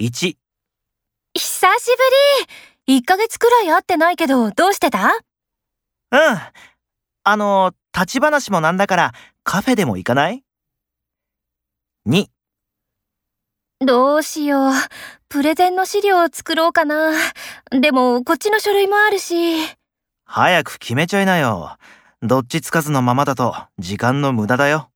1、久しぶり !1 ヶ月くらい会ってないけど、どうしてたうん。あの、立ち話もなんだから、カフェでも行かない ?2、どうしよう。プレゼンの資料を作ろうかな。でも、こっちの書類もあるし。早く決めちゃいなよ。どっちつかずのままだと、時間の無駄だよ。